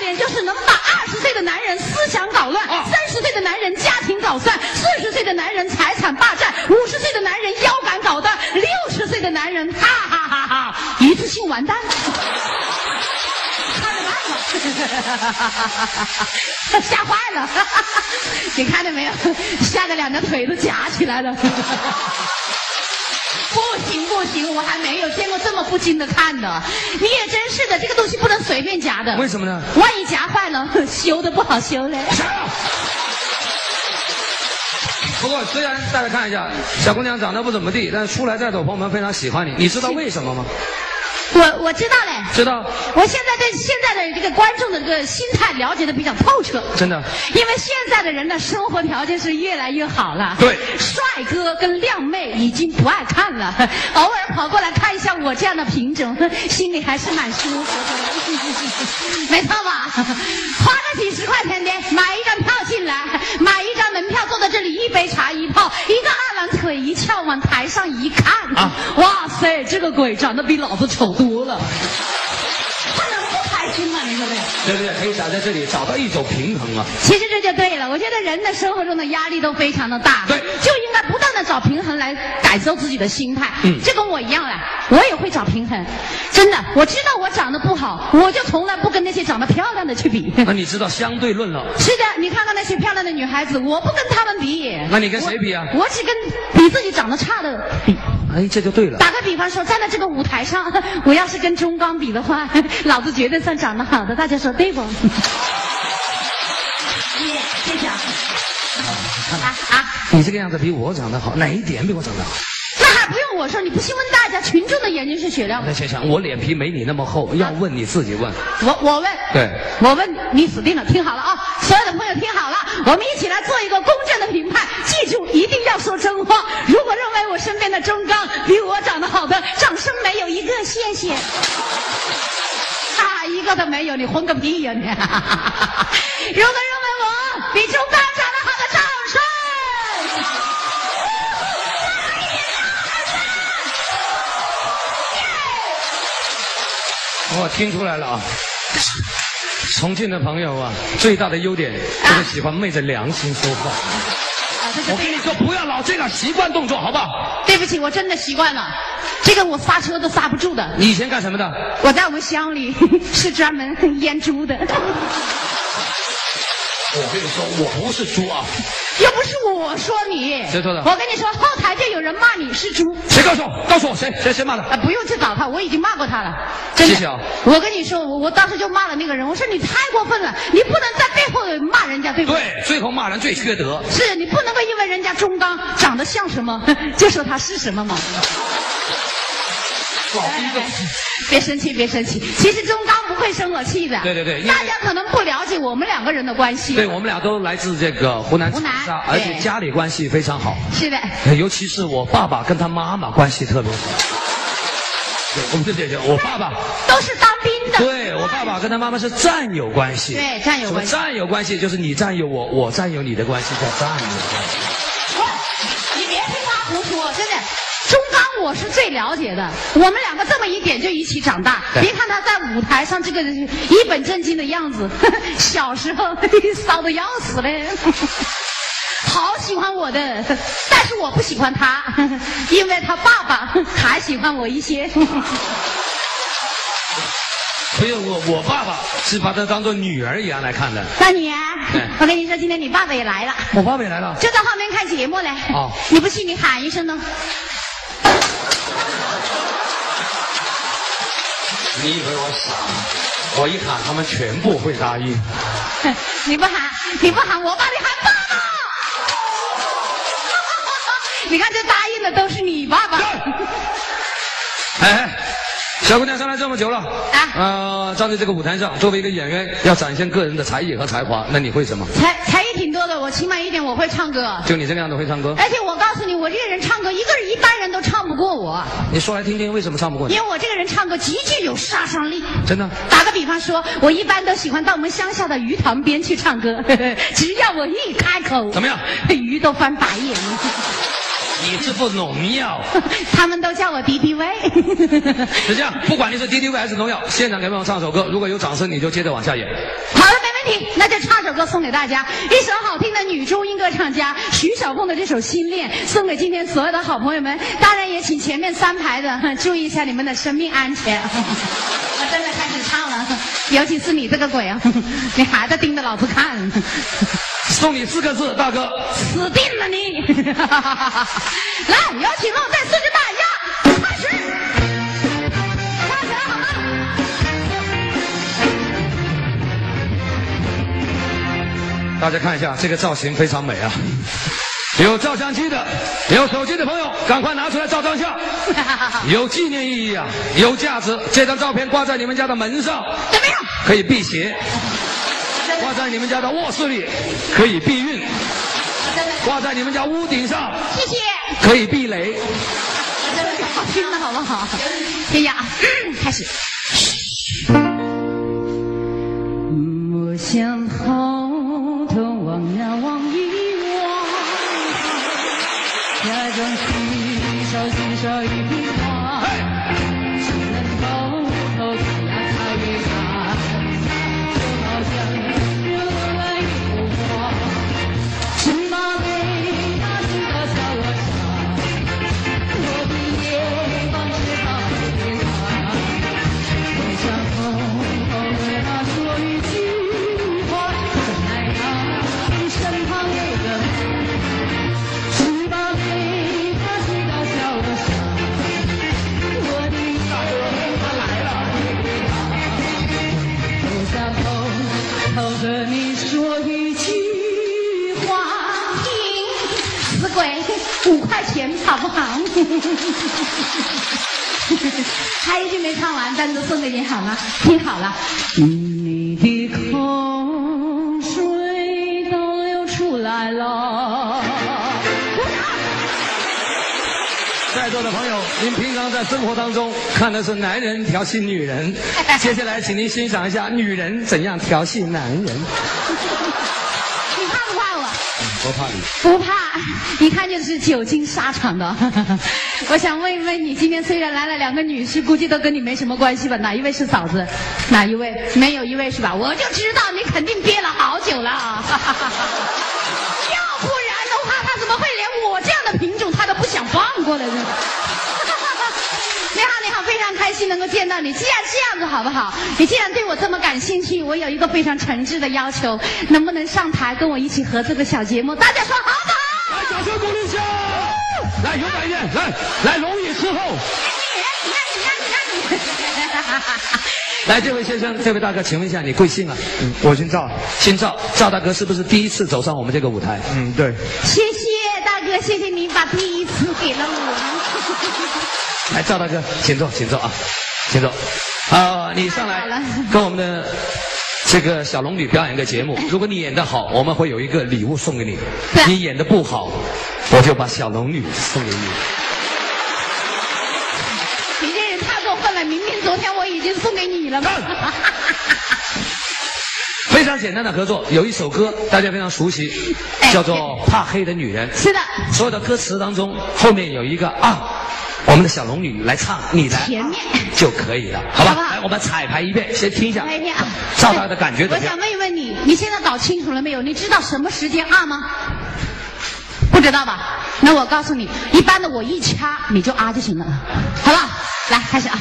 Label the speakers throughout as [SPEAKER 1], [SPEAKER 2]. [SPEAKER 1] 念就是能把二十岁的男人思想搞乱，三十岁的男人家庭搞散，四十岁的男人财产霸占，五十岁的男人腰杆搞断，六十岁的男人哈哈哈哈一次性完蛋。看着办吧， 吓坏了！你看见没有？吓得两条腿都夹起来了。 不行不行，我还没有见过这么不经的看的。你也真是的，这个东西不能随便夹的。
[SPEAKER 2] 为什么呢？
[SPEAKER 1] 万一夹坏了，修都不好修嘞。
[SPEAKER 2] 不过虽然大家看一下，小姑娘长得不怎么地，但是出来在斗，朋友们非常喜欢你。你知道为什么 吗？
[SPEAKER 1] 我我知道嘞，
[SPEAKER 2] 知道，
[SPEAKER 1] 我现在对现在的这个观众的这个心态了解的比较透彻。
[SPEAKER 2] 真的。
[SPEAKER 1] 因为现在的人的生活条件是越来越好了，
[SPEAKER 2] 对
[SPEAKER 1] 帅哥跟靓妹已经不爱看了，偶尔跑过来看一下我这样的品种， 心里还是蛮舒服的， 没错吧？花个几十块钱的买一张票进来，买一张门票坐在这里，一杯茶一泡，一个二郎腿一翘，往台上一看，
[SPEAKER 2] 啊
[SPEAKER 1] 哇塞，这个鬼长得比老子丑多了，他能不开心吗？你说这。
[SPEAKER 2] 对不对？可以找在这里找到一种平衡啊。
[SPEAKER 1] 其实这就对了，我觉得人的生活中的压力都非常的大，
[SPEAKER 2] 对
[SPEAKER 1] 就应该不断的找平衡来改造自己的心态。
[SPEAKER 2] 嗯
[SPEAKER 1] 这跟我一样啦，我也会找平衡。真的，我知道我长得不好，我就从来不跟那些长得漂亮的去 比。
[SPEAKER 2] 那你知道相对论了？
[SPEAKER 1] 是的，你看看那些漂亮的女孩子，我不跟她们比。
[SPEAKER 2] 那你跟谁比啊？
[SPEAKER 1] 我？我只跟比自己长得差的比。
[SPEAKER 2] 哎，这就对了。
[SPEAKER 1] 打个比方说，站在这个舞台上， 我要是跟钟刚比的话， 老子绝对算长得好的，大家说对不？ 你谢谢啊！啊啊！
[SPEAKER 2] 你这个样子比我长得好，哪一点比我长得好？
[SPEAKER 1] 那还不用我说，你不去问大家，群众的眼睛是雪亮的
[SPEAKER 2] 那。想想我脸皮没你那么厚，要问你自己问。
[SPEAKER 1] 我我问，
[SPEAKER 2] 对，
[SPEAKER 1] 我问你死定了，听好了啊！所有的朋友听好了，我们一起来做一个公正的评判，记住一定要说真话。如果认为我身边的钟刚比我长得好的，掌声没有一个，谢谢。啊，一个都没有，你混个屁呀、你！ 如果认为我比钟刚长得好的，掌声。
[SPEAKER 2] 我听出来了啊。重庆的朋友啊，最大的优点就是喜欢昧着良心说话。
[SPEAKER 1] 啊，这
[SPEAKER 2] 我
[SPEAKER 1] 就
[SPEAKER 2] 跟
[SPEAKER 1] 对
[SPEAKER 2] 你
[SPEAKER 1] 了。
[SPEAKER 2] 说，不要老这个习惯动作，好不好？
[SPEAKER 1] 对不起，我真的习惯了，这个我刹车都刹不住的。
[SPEAKER 2] 你以前干什么的？
[SPEAKER 1] 我在我们乡里 是专门腌猪的，又
[SPEAKER 2] 我跟你说，我不是猪啊！
[SPEAKER 1] 不是我说你，
[SPEAKER 2] 谁说的
[SPEAKER 1] 我跟你说，后台就有人骂你是猪。
[SPEAKER 2] 谁告诉我？告诉我谁？谁谁骂的？
[SPEAKER 1] 啊，不用去找他，我已经骂过他了，真的。
[SPEAKER 2] 谢谢啊
[SPEAKER 1] 我跟你说，我我当时就骂了那个人，我说你太过分了，你不能在背后骂人家，对不对？
[SPEAKER 2] 对，最后骂人最缺德。
[SPEAKER 1] 是你不能够因为人家钟刚长得像什么， 就说他是什么 嘛。
[SPEAKER 2] 搞一个
[SPEAKER 1] 别生气，别生气。其实钟刚不会生我气的。
[SPEAKER 2] 对对对因为
[SPEAKER 1] 大家可能不了解我们两个人的关系。
[SPEAKER 2] 对，我们俩都来自这个湖南
[SPEAKER 1] 湖南
[SPEAKER 2] 长沙，而且
[SPEAKER 1] 对
[SPEAKER 2] 家里关系非常好，哎
[SPEAKER 1] 是的。
[SPEAKER 2] 尤其是我爸爸跟他妈妈关系特别好。对，我们这这这，我爸爸，
[SPEAKER 1] 都是当兵的。
[SPEAKER 2] 对我爸爸跟他妈妈是战友关系。
[SPEAKER 1] 对战友
[SPEAKER 2] 什么
[SPEAKER 1] 关系
[SPEAKER 2] 战友关系就是你占有我，我占有你的关系叫战友关系。
[SPEAKER 1] 你别听他胡说，真的。钟刚我是最了解的，我们两个这么一点就一起长大。
[SPEAKER 2] 对
[SPEAKER 1] 别看他在舞台上这个一本正经的样子， 呵呵小时候呵呵骚的要死嘞。 好喜欢我的，但是我不喜欢他， 呵呵因为他爸爸呵还喜欢我一些。 呵呵
[SPEAKER 2] 所以我我爸爸是把他当做女儿一样来看的。
[SPEAKER 1] 那你啊
[SPEAKER 2] 对，
[SPEAKER 1] 我跟你说，今天你爸爸也来了，
[SPEAKER 2] 我爸爸也来了，
[SPEAKER 1] 就在旁边看节目嘞。
[SPEAKER 2] 哦
[SPEAKER 1] 你不信你喊一声呢？
[SPEAKER 2] 你以为我傻？我一喊，他们全部会答应。
[SPEAKER 1] 你不喊，你不喊我爸，你喊爸爸。 你看这答应的都是你爸爸。
[SPEAKER 2] 哎，小姑娘上来这么久了，
[SPEAKER 1] 啊
[SPEAKER 2] 呃，站在这个舞台上，作为一个演员，要展现个人的才艺和才华，那你会什么？
[SPEAKER 1] 才才艺挺多的，我起码一点我会唱歌，
[SPEAKER 2] 就你这个样子会唱歌？
[SPEAKER 1] 而且我告诉你，我这个人唱歌，一个人一般人都唱不过我，
[SPEAKER 2] 你说来听听，为什么唱不过你？
[SPEAKER 1] 哎因为我这个人唱歌极具有杀伤力。
[SPEAKER 2] 真的？
[SPEAKER 1] 打个比方说，我一般都喜欢到我们乡下的鱼塘边去 唱歌，只要我一开口，
[SPEAKER 2] 怎么样？
[SPEAKER 1] 鱼都翻白眼。
[SPEAKER 2] 你这不农药。
[SPEAKER 1] 他们都叫我敌敌畏。
[SPEAKER 2] 是这样，不管你是敌敌畏还是农药，现场给朋友唱首歌，如果有掌声，你就接着往下演。
[SPEAKER 1] 好了，没问题，那就唱首歌送给大家，一首好听的女中音歌唱家徐小凤的这首《心恋》，送给今天所有的好朋友们。当然也请前面三排的哼注意一下你们的生命安全。 我真的开始唱了，尤其是你这个鬼啊， 你孩子盯着老子看，
[SPEAKER 2] 送你四个字，大哥，
[SPEAKER 1] 死定了你！ 来，有请梦在四肢大丫开始，唱起来好吗？
[SPEAKER 2] 大家看一下这个造型非常美啊！有照相机的，有手机的朋友，赶快拿出来照张相， 有纪念意义啊，有价值。这张照片挂在你们家的门上，
[SPEAKER 1] 怎么样？
[SPEAKER 2] 可以辟邪；挂在你们家的卧室里，可以避孕；
[SPEAKER 1] 我真的，
[SPEAKER 2] 挂在你们家屋顶上，
[SPEAKER 1] 谢谢。
[SPEAKER 2] 可以避雷。
[SPEAKER 1] 真的好听的好不好？哎呀，嗯开始。莫想滔滔望呀望一望，假装稀少稀少一瓶花，只能偷偷地呀看一看，就好像热爱一朵花，芝麻味它知道叫我傻。我的夜光是他的脸庞，我想偷偷对他说一句话，怎奈他身旁有人，十八岁他知道笑我傻，我的夜光来了，我想偷偷对你说一句话，听。死鬼，五块钱好不好？ 还一句没唱完，单独送给你好吗？听好了，你的口水都流出来了。
[SPEAKER 2] 在座的朋友，您平常在生活当中看的是男人调戏女人，接下来请您欣赏一下女人怎样调戏男人。
[SPEAKER 1] 你怕不怕我？
[SPEAKER 2] 不怕你，
[SPEAKER 1] 不怕，一看就是久经沙场的。 我想问一问你，今天虽然来了两个女士，估计都跟你没什么关系吧？哪一位是嫂子？哪一位？没有一位是吧？我就知道你肯定憋了好久了 啊！要不然的话，他怎么会连我这样的品种他都不想放过了呢？ 你好，你好，非常开心能够见到你。既然这样子，好不好？你既然对我这么感兴趣，我有一个非常诚挚的要求，能不能上台跟我一起合作个小节目？大家说好不好？
[SPEAKER 2] 来，掌声鼓励一下！来，勇敢一点，来，来，龙椅伺候。
[SPEAKER 1] 你看，你看，你看，你
[SPEAKER 2] 来，这位先生，这位大哥，请问一下，你贵姓啊？
[SPEAKER 3] 嗯，我姓赵。
[SPEAKER 2] 姓赵，赵大哥是不是第一次走上我们这个舞台？
[SPEAKER 3] 嗯，对，
[SPEAKER 1] 看，谢谢大哥，谢谢您把第一次给了我。
[SPEAKER 2] 来，赵大哥，请坐，请坐啊，请坐。啊、你上来
[SPEAKER 1] 太好了
[SPEAKER 2] 跟我们的这个小龙女表演个节目。如果你演得好，我们会有一个礼物送给你
[SPEAKER 1] 对；
[SPEAKER 2] 你演得不好，我就把小龙女送给你。
[SPEAKER 1] 你这人太过分了，明明昨天我已经送给你了嘛。
[SPEAKER 2] 非常简单的合作，有一首歌大家非常熟悉，叫做《怕黑的女人》。
[SPEAKER 1] 是的，
[SPEAKER 2] 所有的歌词当中，后面有一个啊，我们的小龙女来唱，你来
[SPEAKER 1] 前面
[SPEAKER 2] 就可以了，好吧？
[SPEAKER 1] 好不好
[SPEAKER 2] 来，我们彩排一遍，先听一下
[SPEAKER 1] 哎呀，
[SPEAKER 2] 赵大的感觉
[SPEAKER 1] 我
[SPEAKER 2] 怎么样
[SPEAKER 1] 想？问一问你，你现在搞清楚了没有？你知道什么时间啊吗？不知道吧？那我告诉你，一般的我一掐你就啊就行了，好不好？来，开始啊。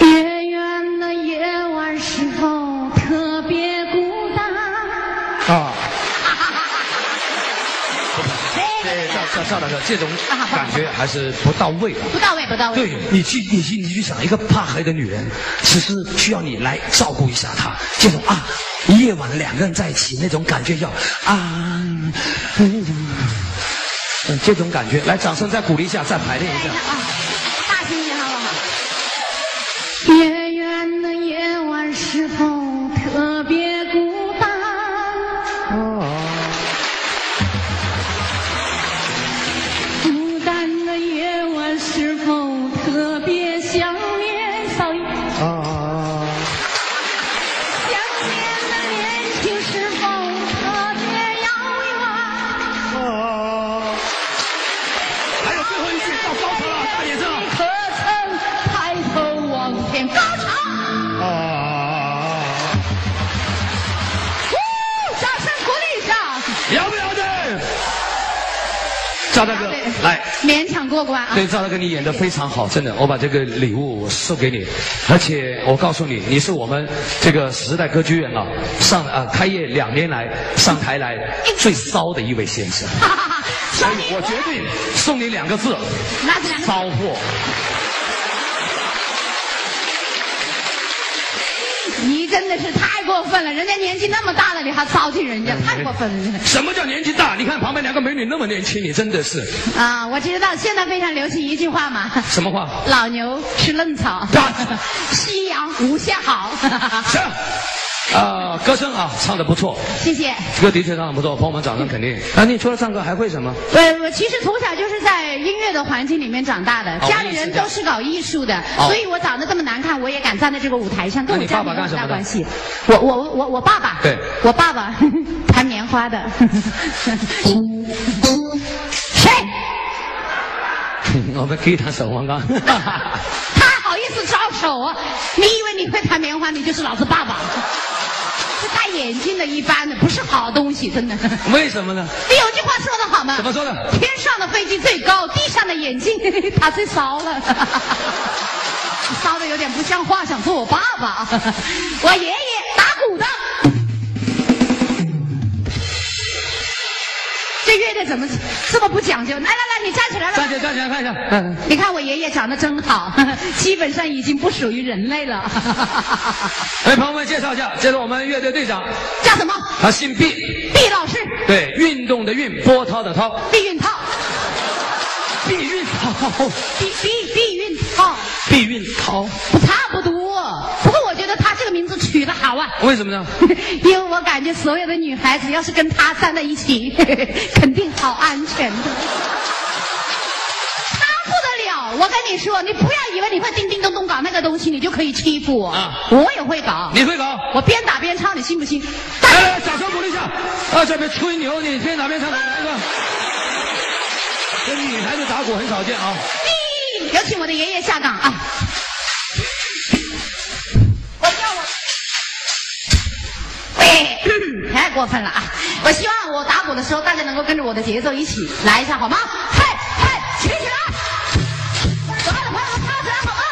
[SPEAKER 1] 月圆的夜晚时候特别孤单。
[SPEAKER 3] 啊，
[SPEAKER 2] 哎赵赵赵大哥，这种
[SPEAKER 1] 啊好
[SPEAKER 2] 感觉还是不到位的。
[SPEAKER 1] 不到位，不到位。
[SPEAKER 2] 对你去，你去，你去想一个怕黑的女人，其实需要你来照顾一下她。这种啊，夜晚两个人在一起那种感觉要啊，嗯，嗯这种感觉。来，掌声再鼓励一下，再排练一
[SPEAKER 1] 来
[SPEAKER 2] 下
[SPEAKER 1] 一。下啊，大声一点好不好？月圆的夜晚是否特别孤单？
[SPEAKER 3] 啊
[SPEAKER 1] 孤单的夜晚是否特别想念？少爷，
[SPEAKER 3] 啊，
[SPEAKER 1] 想念的恋情是否特别遥远？
[SPEAKER 3] 啊，
[SPEAKER 2] 来，
[SPEAKER 3] 啊
[SPEAKER 1] 嗯
[SPEAKER 2] 赵大哥
[SPEAKER 1] 对，
[SPEAKER 2] 来。
[SPEAKER 1] 勉强过关啊。
[SPEAKER 2] 对，赵大哥，你演的非常好，真的，我把这个礼物送给你，而且我告诉你，你是我们这个时代歌剧院啊上啊、开业两年来上台来最骚的一位先生，
[SPEAKER 1] 哈哈哈，
[SPEAKER 2] 所以我决定送你两个字：
[SPEAKER 1] 拿起两个。
[SPEAKER 2] 骚货。
[SPEAKER 1] 你真的是太过分了，人家年纪那么大了，你还糟践人家，太过分了，真的。
[SPEAKER 2] 什么叫年纪大？你看旁边两个美女那么年轻，你真的是
[SPEAKER 1] 啊，我知道现在非常流行一句话嘛，
[SPEAKER 2] 什么话？
[SPEAKER 1] 老牛吃嫩草
[SPEAKER 2] 啊，
[SPEAKER 1] 夕阳无限好。
[SPEAKER 2] 行，啊、歌声啊，唱的不错，
[SPEAKER 1] 谢谢。
[SPEAKER 2] 这个的确唱的不错，朋友们掌声肯定。啊，你除了唱歌还会什么？
[SPEAKER 1] 我我嗯其实从小就是在音乐的环境里面长大的，
[SPEAKER 2] 哦
[SPEAKER 1] 家里人都是搞艺术的，
[SPEAKER 2] 哦
[SPEAKER 1] 所以我长得这么难看，我也敢站在这个舞台上，跟
[SPEAKER 2] 那
[SPEAKER 1] 我
[SPEAKER 2] 你
[SPEAKER 1] 家
[SPEAKER 2] 爸
[SPEAKER 1] 里
[SPEAKER 2] 爸
[SPEAKER 1] 没有
[SPEAKER 2] 干
[SPEAKER 1] 很
[SPEAKER 2] 什么
[SPEAKER 1] 大
[SPEAKER 2] 的
[SPEAKER 1] 关系。我我我我我爸爸，
[SPEAKER 2] 对
[SPEAKER 1] 我爸爸弹棉花的。 谁？
[SPEAKER 2] 我们可以弹手王刚。
[SPEAKER 1] 他好意思招手啊！你以为你会弹棉花，你就是老子爸 爸？这戴眼镜的一般的不是好东西，真的。 你
[SPEAKER 2] 为什么呢？
[SPEAKER 1] 有句话说的好吗？
[SPEAKER 2] 怎么说的？
[SPEAKER 1] 天上的飞机最高，地上的眼镜 他最骚了。 骚的有点不像话，想做我爸爸 啊！我爷爷打鼓的。这乐队怎么这么不讲究？来来来，你站起来了。
[SPEAKER 2] 站起来，站起来，看一下。嗯，
[SPEAKER 1] 你看我爷爷长得真好， 基本上已经不属于人类了。
[SPEAKER 2] 哎，朋友们介绍一下，这是我们乐队队长，
[SPEAKER 1] 叫什么？
[SPEAKER 2] 他姓毕，
[SPEAKER 1] 毕老师，
[SPEAKER 2] 对，运动的运，波涛的涛，
[SPEAKER 1] 避孕套，
[SPEAKER 2] 避孕涛，
[SPEAKER 1] 避避避孕套，
[SPEAKER 2] 避孕涛，
[SPEAKER 1] 不差不多。不过我觉得他这个名字取得好啊，
[SPEAKER 2] 为什么呢？
[SPEAKER 1] 因为我感觉所有的女孩子要是跟他站在一起， 肯定好安全的。他不得了，我跟你说，你不要以为你会叮叮咚咚搞那个东西，你就可以欺负我。
[SPEAKER 2] 啊
[SPEAKER 1] 我也会搞，
[SPEAKER 2] 你会搞？
[SPEAKER 1] 我边打边唱，你信不信？
[SPEAKER 2] 来来，掌声鼓励一下。啊，这边吹牛，你边哪边唱来一个？这女孩子打鼓很少见啊。
[SPEAKER 1] 有哎请我的爷爷下岗啊！我叫我，喂，太过分了啊！我希望我打鼓的时候，大家能够跟着我的节奏一起来一下，好吗？嘿，嘿，起起来！所有的朋友们跳起来，好吗？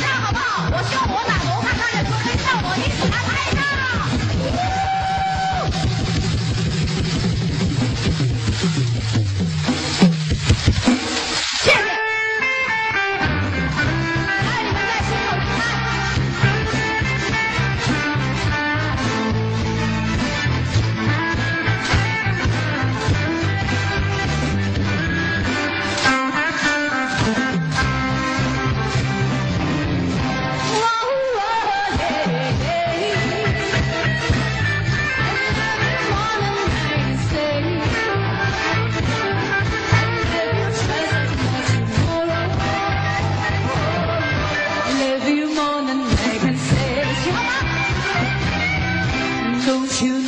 [SPEAKER 1] 这样好不好？我希望我打鼓，看大家都跟上我一起来拍一下。谢谢。爱你们在心口一拍。
[SPEAKER 4] Love you more than I can say. Don't you